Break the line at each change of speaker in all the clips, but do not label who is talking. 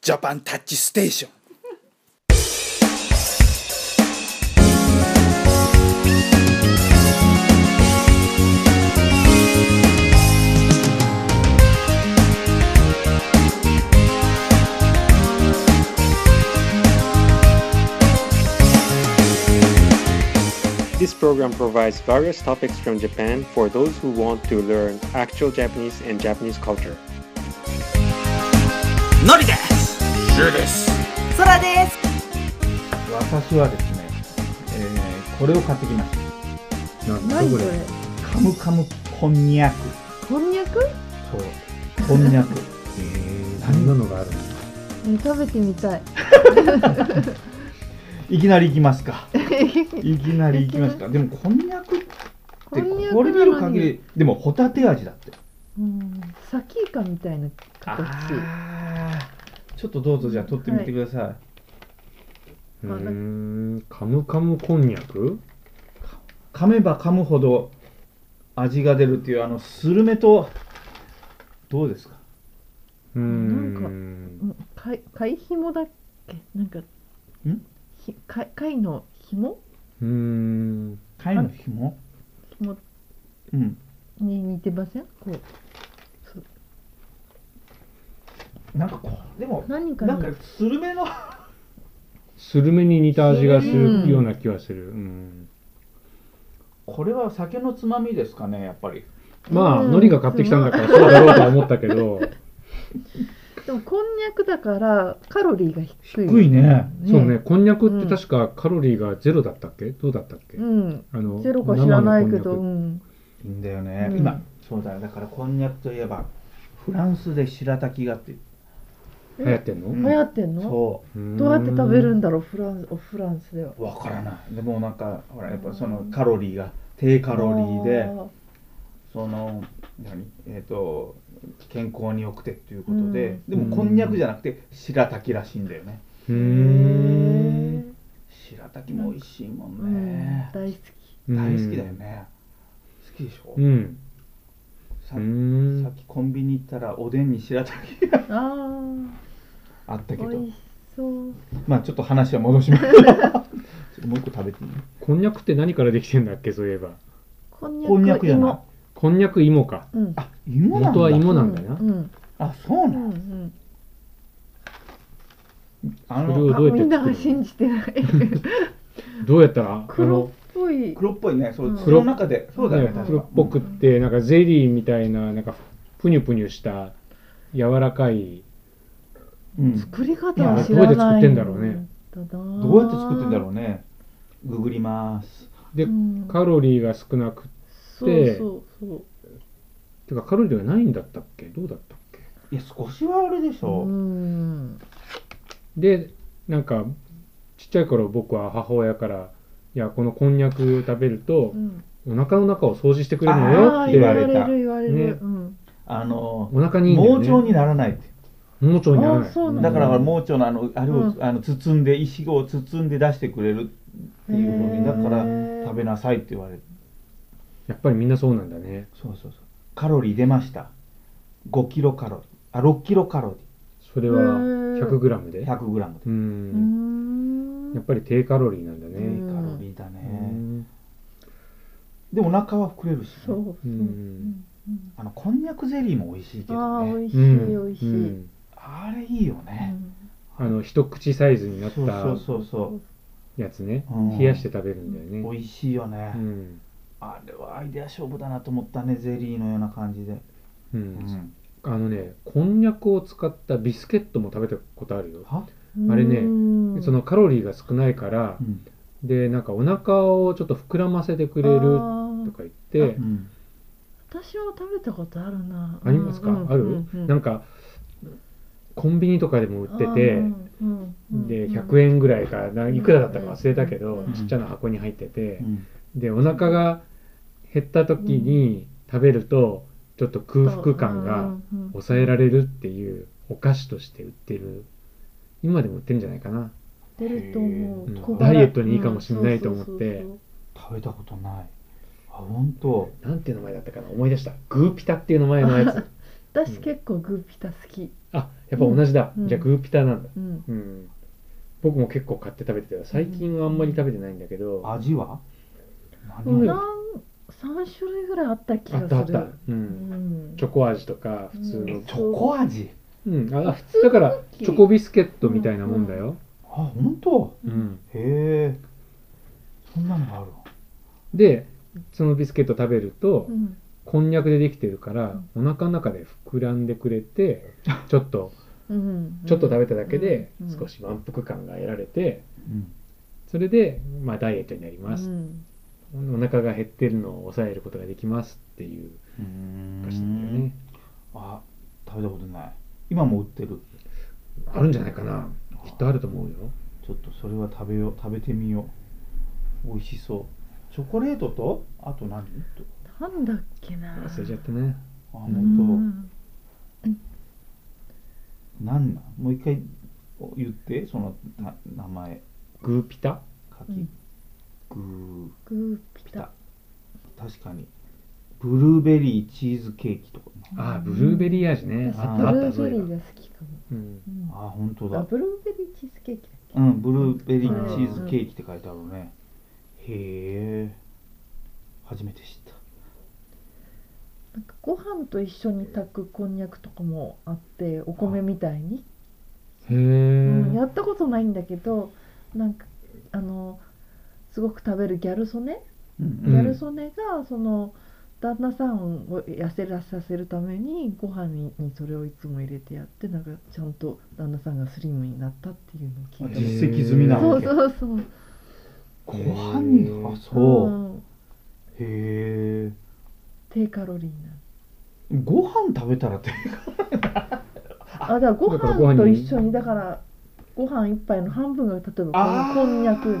ジャパンタッチステーション
This program provides various topics from Japan for those who want to learn actual Japanese and Japanese culture.
のりですシュです
空です
私はですね、えーこれを買ってきました
何それ
カムカムこんにゃく
こんにゃく
そう。
こんに ゃく
えー、そんなのがあるんですか。
うん食べてみたい
いきなり行きますか いきなり行きますかでもこんにゃくって
こんにゃく
これ見る限
なのに
りでもホタテ味だって
うんサキイカみたいな形
あーちょっとどうぞじゃあ取ってみてくださ
う
い、
まあ
ーん、カムカムこんにゃく。
噛めば噛むほど味が出るっていうあのスルメとどうですか
うー。
うんん貝貝ひもだっけなんか
ん
ひ貝貝のひも
うーん。
貝の紐
ひも
うん
に似てませんこう
なんかこうでも
何かに
なんかスルメの
スルメに似た味がす
うん
るような気はする。うん。
これは酒のつまみですかねやっぱり
まあ、
うん
海苔が買ってきたんだから、そうだろうとは思ったけど。
でもこんにゃくだからカロリーが低い
低いね
そうね、こんにゃくって確かカロリーがゼロだったっけ、どうだったっけ。
うん
あの
ゼロか知らないけ
生
ど
のこ
う
に
んん
いいんだよね、
うん
今そうだよだからこんにゃくといえばフランスで白滝があって
ゃく流行ってんの。
う
流行ってんの
そ
どうやって食べるん
だ。
だろうフランスフランスでは
うわからないでもなんかほらやっぱそのカロリーが低カロリー
あ
でその何えっ、と健康に良くてっていうことで、
うん
でもこんにゃくじゃなくて白滝らしいんだよね
うー
へ
ん。
ー
白滝も美味しいも
うんん
ね、
大好き
大好きだよね好きでしょ、
うん。
さ
うん。
さっきコンビニ行ったらおでんに白滝が
あ
あったけ
あ美
ど
味しそう
まあちょっと話は戻しますちょっともう一個食べていい
こんにゃくって何からできてんだっけ、そういえば。
こんにゃく
こんにゃくじゃない
こんにゃく芋か。
芋うん
あ芋なんだ
元は芋なんだ
う
な。
ん
あそう
う
なんん
うん
あ
それ
の
をどうや
あ
って作るの
みんなが信じてない
どうやったら、あ
黒
の
っ、ぽい
黒っぽいねそううん土の中でそうだよね
ね
確か
黒っぽくって、なんかゼリーみたいな、なんか、ぷにゅぷにゅした、柔らかい、
うん
作り方
い
は
や
知らない
どうやって作ってんだろうね
どうやって作ってんだろ
う
うねググります
で、
ん
カロリーが少なくっ
そうそうそう
てか、カロリーがないんだったっけどうだったっけ
いや少しはあれでしょ、
うん
で、なんか、ちっちゃい頃僕は母親から、いや、このこんにゃく食べると
う、ん
お腹の中を掃除してくれるの
あ
よ
あ
っ
言わ
れ
て、
れ
た
る言われ
ね
るうん
あの
お腹にいいんだ
盲
よね。
腸にならないって
盲腸になら
あ
ない。
そうなん
だから
も
盲腸のあのあれを、
うん
あの包んで石を包んで出してくれるっていうふう
へー
にだから食べなさいって言われる
やっぱりみんなそうなんだね。
そうそうそうカロリー出ました5キロカロリーあ6キロカロ
それは
へー
100g
リ
で
ー。100グラムで
う。
うんん
やっぱり低カロリーなんだ
低
ね。
カロリーだね、
うん
でお腹は膨れるしね、
そうそう
う
うんんうん
あのこんにゃくゼリーも美味しいけ
あ
ど
あ
ね
美味し
う
い美
ん
味し
う
い
ん
あれいいよね、
あの一口サイズになっ
そうそ
た
うそうそ
やつね
うん。
冷やして食べるんだよ
う
ね。
美味しいよね、
うん
あれはアイデア勝負だなと思ったねゼリーのような感じで、
う。
うんん
あのね、こんにゃくを使ったビスケットも食べたことあるよ。
は、
うん
あれね
うん
そのカロリーが少ないから
う、ん
で、なんかお腹をちょっと膨らませてくれる
あー
とか言って
う、ん
私も食べたことあるな
ありますかあるなんか、
か
コンビニとかでも売ってて、で100
円
円ぐらいかないくらだったか忘れたけど、
うん
ちっちゃな箱に入ってて
う、ん
でお腹が減った時に食べるとちょっと空腹感が抑えられるっていうお菓子として売ってる今でも売ってるんじゃないかな
出ると思
う
うん小柄
ダイエットにいいかもしれないと思って
うんそうそうそう
食べたことないあ本当
なんていう名前だったかな思い出したグーピタっていう名前のやつ
私結構グーピタ好き
あやっぱ同じだ、
うん
じゃあグーピタなんだ
うん
うん僕も結構買って食べてたよ最近はあんまり食べてないんだけど、あ
味は
う
何
ん
味
なん3種類ぐらいあった気がする
ったあった、う、
うんん、
チョコ味とか普通の、
うん
チョコ味
うん、あ
普通の
だから
クッキ
チ
ー
ョコビスケットみたいなもんだよ、
あ本当
うん
へえそんなのがあるの
でそのビスケット食べると、
うん
こんにゃくでできてるから、お腹の中で膨らんでくれてちょっと
うん、
ちょっと食べただけで
うん
少し満腹感が得られて
うん
それで、まあ、ダイエットになります
う、ん
お腹が減ってるのを抑えることができますっていう
うー
お菓子なんだよ
ん
ね
あ食べたことない今も売ってる
あるんじゃないかなきっとあると思うよ
ちょっとそれは食べよう食べてみよう美味しそうチョコレートとあと何と
なんだっけな
忘れちゃったね
あ
う
本
ん
当なんなんもう一回言ってそのな名前
グーピタ
書
う
き
ん、
グ
グー
ー
ピ
ピタ
タ
確かにブルーベリーチーズケーキとか
ああブルーベリー味ね
私
あ
ー
ったあ
ブ
っ
ル
た
ー
そう
ベ
いえ
リー
ば
が好きかも、
うん
うん
あ本当
あ
だ
ブルーベリーチーズケーキだっけ
うんブルーベリ
う
ー
ん
チーズケーキって書いてあるねへえ初めて知った
なんかご飯と一緒に炊くこんにゃくとかもあってお米みたいに、
へ
うん、や
え
ったことないんだけどなんかあのすごく食べるギャル曽根
うん
ギャル曽根がその旦那さんを痩せらさせるためにご飯にそれをいつも入れてやってなんかちゃんと旦那さんがスリムになったっていうのを聞いた
へー
実績済みな
そ
わ
う
け
そうそう
ご飯にあそう、
ん、
へえ
低カロリーな
ご飯食べたらって
あだからご
だからご飯
飯
に
と一緒にだからご飯一杯の半分が例えばこのこんにゃく、う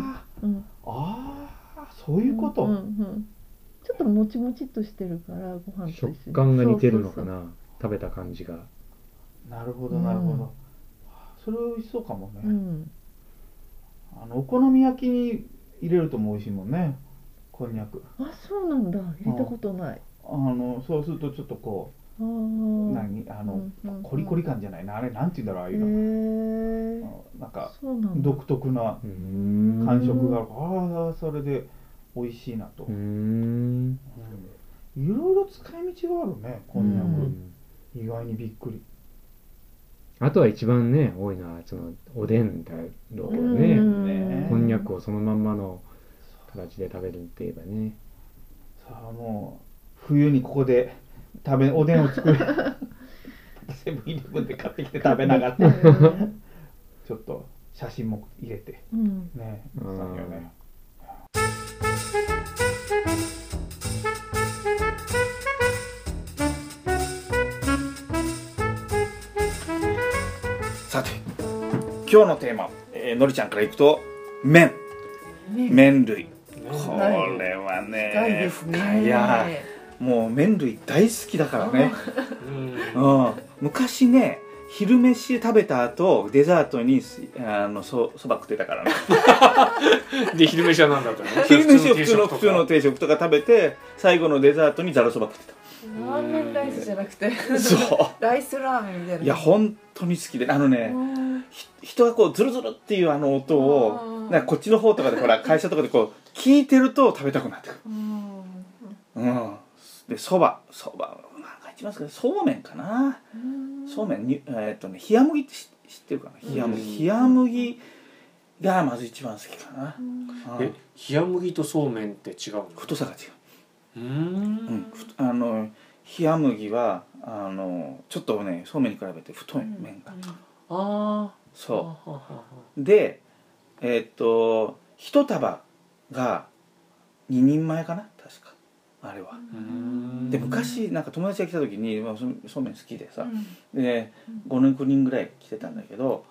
ん、
ああそういうこと、
うんうん、ちょっともちもちっとしてるからご飯と一緒に
食感が似てるのかな食べた感じが
なるほどなるほど、
うん
あそれ美味しそうかもね、
そうそうそううん
あのお好み焼きに入れるとも美味しいもんねこんにゃく
あそうなんだ入れたことない
あのそうするとちょっとこ
あ
う、
ー
何あの、
うんうんうん
コリコリ感じゃないなあれなんて言うんだろうああ
へ
いう
え
の、
ー
あなんか
そうなんだ
独特な
うーん
感触があるからああそれで美味しいなと、
うーん
うんいろいろ使い道があるねこんにゃ
う
く、
ん
意外にびっくり
あとは一番ね多いのはそのおでんだろうね、
うん
ね
こんにゃくをそのまんまの形で食べるって言えばね
さあもう冬にここで食べおでんを作るセブンイレブンで買ってきて食べなが ら
うん
ちょっと写真も入れて
うん
ね
うん
そうだよね
さて今日のテーマ、えーのりちゃんからいくと麺麺類これはね
深いですね
深いやもう麺類大好きだからね、うん、昔ね昼飯食べた後デザートにすあのそそば食ってたからね
で昼飯は何だったの
昼飯を普通の普通の
定食と
定食とか
か
食べて最後のデザートにざるそば食って
ラーメンライスじゃなくて
たそ
ライスラーメンみたいな
ういや本当に好きであのねひ人がこうズルズルっていうあの音
あ
を
ー
なんかこっちの方とかでほら会社とかでこう聞いてると食べたくなってくる
うん
うんでそばそばなんか一番好きなそうめんかなそうめんにえーっとね冷麦って知知ってるかな冷麦冷麦がまず一番好きかなうん
え冷麦とそうめんって違うの
太さが違
う
う、
ー
うん
ん、
ふあの冷麦はあのちょっとねそうめんに比べて太い麺が、
あー
そう
ははは
でえーっと一束が2人前かな確かあれは
うーん
で昔なんか友達が来た時に、まあ、そそうめん好きでさ、で
う
5人9人ぐらい来てたんだけど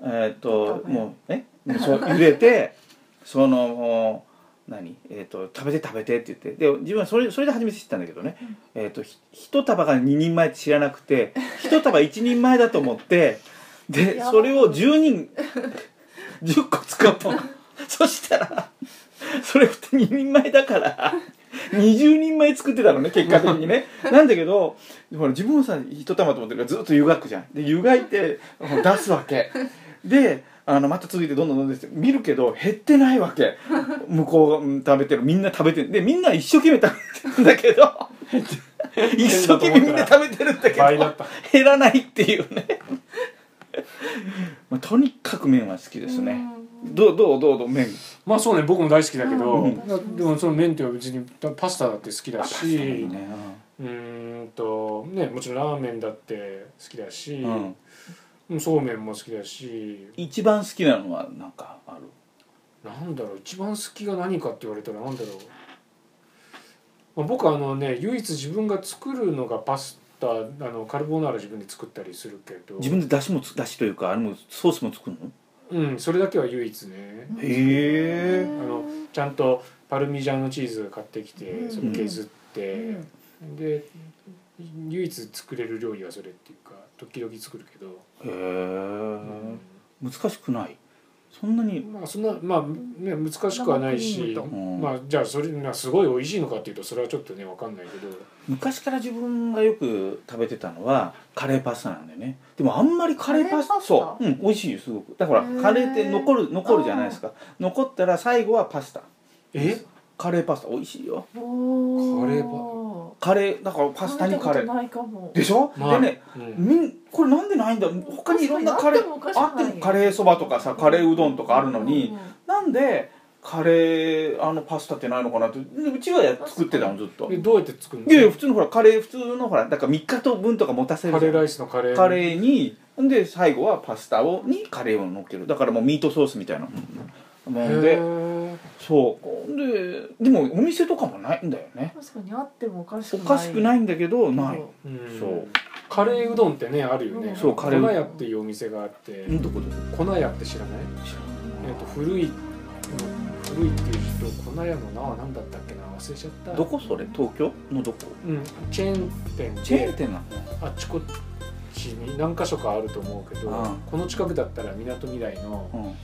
えーっと
食べ
もうえ もうそう茹でてそのもう何えーっと食べて食べてって言ってで自分はそれそれで初めて知ったんだけどね、えーっとひ一束が2人前って知らなくて一束1人前だと思ってで
やば
それを10人10個使ったのそしたらそれ2人前だから20人前作ってたのね結果的に ねなんだけどほら自分もさ一玉と思ってるからずっと湯がくじゃんで湯がいてほら出すわ けであのまた続いてどんどんどんどんです見るけど減ってないわけ向こうがうん食べてるみんな食べてるでみんな一生懸命食べてるんだけど一生懸命みんな食べてるんだけど
倍だった
減らないっていうね、まあ、とにかく麺は好きですねどうどうどうどう麺
まあそうね僕も大好きだけど、
うん
でもその麺っていうのは別にパスタだって好きだし
いいね
うーんとねもちろんラーメンだって好きだし、
うん
うんそうめんも好きだし
一番好きなのはなんかある
なんだろう一番好きが何かって言われたらなんだろう、まあ、僕はあのね唯一自分が作るのがパスタあのカルボナーラ自分で作ったりするけど
自分で出汁もつ出汁というかあれもソースも作るの
うんそれだけは唯一ね
へえ
あのちゃんとパルミジャーノチーズ買ってきて、
うん
それ削って、
うん
で唯一作れる料理はそれっていうか時々作るけど、
へえ
うん
難しくないそんなに
まあそんなまあ、ね、難しくはないし、
生クリー
ムと
まあじゃあそれがすごい美味しいのかっていうとそれはちょっとねわかんないけど
昔から自分がよく食べてたのはカレーパスタなんだよねでもあんまりカレーパスタ
カレーパスタ
そう、うん、美味しいよすごくだから
へー
カレーって残る残るじゃないですか残ったら最後はパスタ
え
カレーパスタ美味しいよ
お
カレー
カレーだからパスタにカレ
食べ
ー
たことないかも
でしょ、
まあ
でね
うん
みんこれなんでないんだ他にいろんなカレー
確
あ
か
って
にあってもおかしくない
もカレーそばとかさカレーうどんとかあるのに、なんでカレーあのパスタってないのかなってうちはや作ってたのずっと
えどうやって作るの
いやいや普通のほらカレー普通のほらなんか3日と分とか持たせる
カ
じ
レ
ゃ
ー
ん
ライスのカレー
カレーにで最後はパスタをにカレーを乗っけるだからもうミートソースみたいなもん
へ
で
ー
そうででもお店とかもないんだよね
確かにあってもおかしく
お
ない
かしくないんだけどない
うん
そう
カレーうどんってねあるよね
そうカレーうどん
粉屋っていうお店があって
うんどこどこ
粉屋って知らないえっと古い古いっていう人粉屋の名は何だったっけな忘れちゃった
どこそれ東京のどこ
うんチェーン店で
チェーン店なの
あっちこっちに何か所かあると思うけど
ああ
この近くだったらみなとみらいの
うん
あの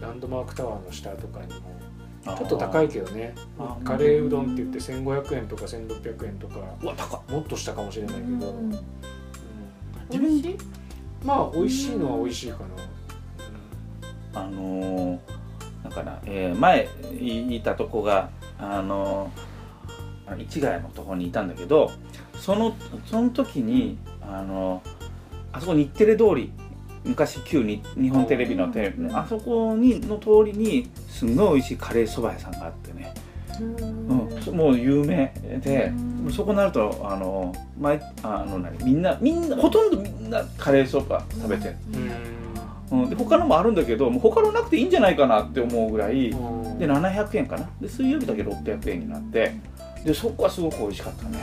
ランドマークタワーの下とかにも
あー
ちょっと高いけどね
あー
カレーうどんって言って1500円とか1600円とか
うわ高っ
もっとしたかもしれないけど、うん
自
自
分
分で
まあ美味しいのは美味しいかな、
あのー、なんかな、えー前いいたとこがあのーあの市ヶ谷のとこにいたんだけどそのその時にあのーあそこ日テレ通り昔旧日日本テレビのテレビねあそこにの通りにすんごい美味しいカレーそば屋さんがあってね、うん、もう有名でそこになるとあのー前あの何みんなみんなほとんどみんなカレーそば食べてる。
うん
うん、で他のもあるんだけどもう他のなくていいんじゃないかなって思うぐらいで700円かなで水曜日だけ600円になってでそこはすごく美味しかったね、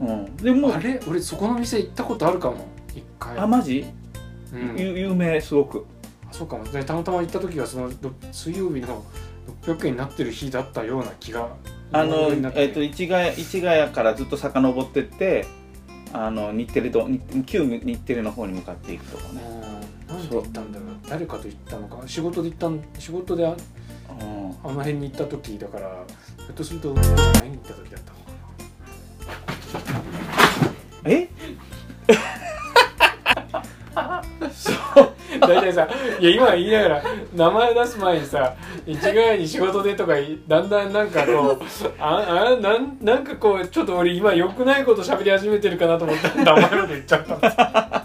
うん、でもう
あれ俺そこの店行ったことあるかも一回
あマジ、
うん、
ゆ有名すごく
そうかもでたまたま行った時がそのど水曜日の600円になってる日だったような気が
あの、え
になって
ー、と市ヶ谷市ヶ谷からずっと遡ってってあの日テレと日旧日テレの方に向かっていくとこね、
うんなんで行ったんだろう誰かと行ったのか仕事で行ったん仕事であ
うん、
あの辺に行った時だからひょっとすると会いに行った時だったのか
え
な大体さいや今言いながら名前出す前にさ一概に仕事でとかいだんだんなんかこうああなんなんかこうちょっと俺今良くないこと喋り始めてるかなと思ったんだお前まで言っちゃった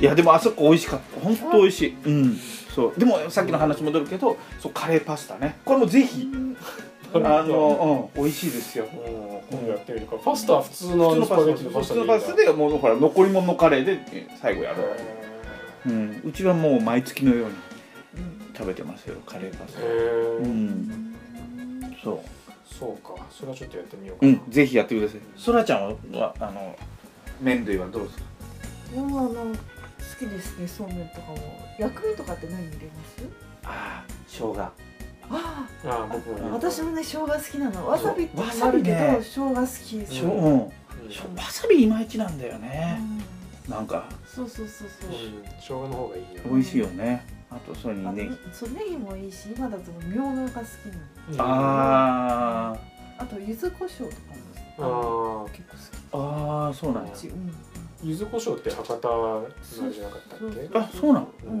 いやでもあそこ美味しかった本当美味しい、うん、そうでもさっきの話戻るけどそうカレーパスタねこれもぜひあの、うん、美味しいですよ
もう今度やってみるかパスタは普通のあ
普通
の
の
スパ
パス
ゲ
タ
ッティのパ
普
スタ
通
で
の
いいんだ
パスタでもうほら残り物のカレーでえ最後やろう、
へ
うん、うちはもう毎月のように食べてますよカレーパスタう
え
んそ
そうかそれはちょっとやってみようか
うう
な、
んぜひやってくださいそらちゃんはあの麺類はどうですか
でもあの好きですねそうめんとかも薬味とかって何入れます
ああ生姜
あ
ああ僕もね
私もね生姜好きなのわさびってのも
わさ
あ
び
るけど、
ね
生姜好き
し
う
ょ
ん
うん
うん
しょわさびいまいちなんだよ
う
ね、
ん
なんか
そうそうそうそう、
うん生姜の方がいいよ
美味しいよねあとそれ
あ
に
と
ね
そうネギもいいし今だとみょうがが好きなの
あー
あと柚子胡椒とか
あ
も
ー
結構
あーそうなん
好
だ
きうちうん
柚子胡椒って博多生まれじゃなかったっけ
あそうなの
う
うん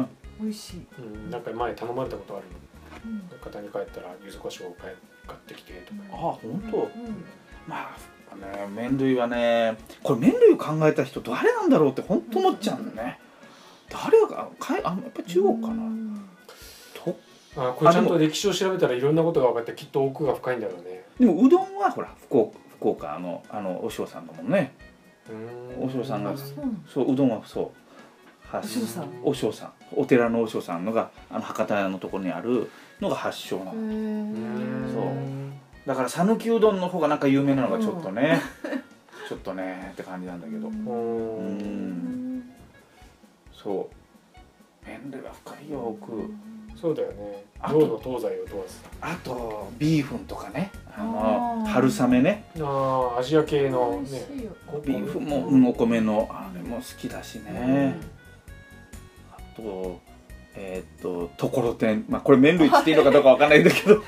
うーん
美味しい、
うんなんか前頼まれたことある
うん
の方に帰ったら柚子胡椒を買え買ってきてとか
あ本当
うん
まあね麺類はねこれ麺類を考えた人誰なんだろうって本当思っちゃうんだね誰がかいあやっぱ中国かな
な
と
あこれちゃんと歴史を調べたらいろんなことが分かってきっと奥が深いんだろうね
でもうどんはほら福岡福岡あのあのお嬢さんだもんね
うん
お嬢さんが
あそうなの
そううどんはそう
お
発
嬢さん
お嬢さんお寺のお嬢さんのがあの博多のところにあるのが発祥なの、
うん
そうだから讃岐うどんの方がなんか有名なのがちょっとね、 ちょっとねって感じなんだけど
う
うんんそう麺類は深いよ奥
そうだよね
あと
領の東西を問わず
あとビーフンとかねあの
あー
春雨ね
ああアジア系の
美味
ね
しいよ
こ
ビーフンも、うんお米のあれも好きだしね、あとえーっとところてんまあこれ麺類って言っていいのかどうかわかんないんだけど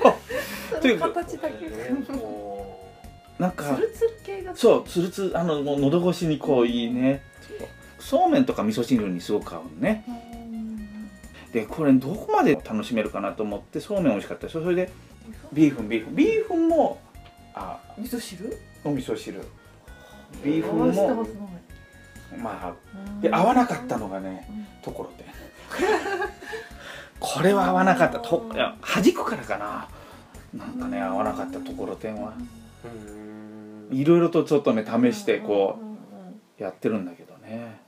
そ
という
の
か
形だけ
ねこ
なん
ツ
か
ルツル系が好き
そうつるつるあのもう喉越しにこういいねそうめんとか味噌汁にすごく合うのね
うん
でこれどこまで楽しめるかなと思ってそうめん美味しかったでしょそれでビーフンビーフンビーフンもあ
味噌汁
お味噌汁ビーフ
あ
ン
したこと
も
ない
ま
うん
あで合わなかったのがね
うん
ところてんこれは合わなかったといや弾くからかななんかね合わなかったところてんは
ううん
いろいろとちょっとね試してこ
うん
うやってるんだけどね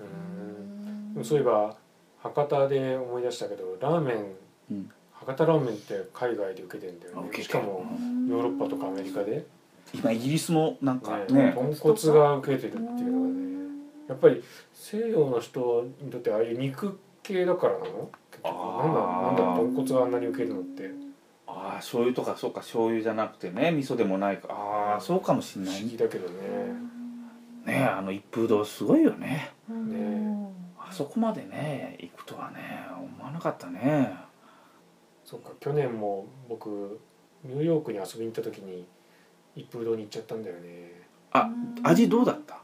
う
うんん
でもそういえば博多で思い出したけどラーメン、
うん
博多ラーメンって海外で受けてんだよ
受けてる
ねしかも
うん
ヨーロッパとかアメリカで、
今イギリスもなんか
ね
ね
豚骨が受けてるっていうのがねやっぱり西洋の人にとってああいう肉系だからなの結局なんだ
あ
なん
ー
だ豚骨があんなに受けるのって
ああ醤油とかそうか醤油じゃなくてね味噌でもないかああそうかもしん
不
ない
思
ね
議だけどね
ねあの一風堂すごいよね
うん
ね
あそこまでね行くとはね思わなかったね
そっか去年も僕ニューヨークに遊びに行った時に一風堂に行っちゃったんだよね
あ味どうだった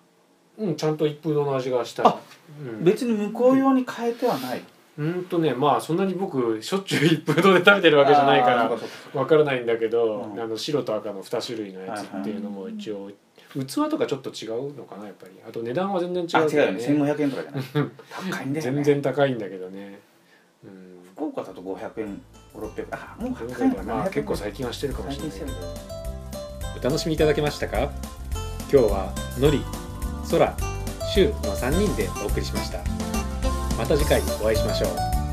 うんちゃんと一風堂の味がした
あ
うん、
別に向こう用に変えてはない
うんとねまあそんなに僕しょっちゅう一風堂で食べてるわけじゃないか
あー
ら
そうか
わからないんだけど、
うん
あの白と赤の2種類のやつっていうのも一応、器とかちょっと違うのかなやっぱりあと値段は全然違
そうか
う
あ違うよね1500円とかじゃない高いんだよね
全然高いんだけどねうん
福岡だと500円600円あもう
というこ
高いの
とで
かな
ま
700
あ
円
結構最近はしてるかも
最
しれ
近
ない
して
けど
るんだ
お楽しみいただけましたか今日はのり、そら、しゅうの3人でお送りしましたまた次回お会いしましょう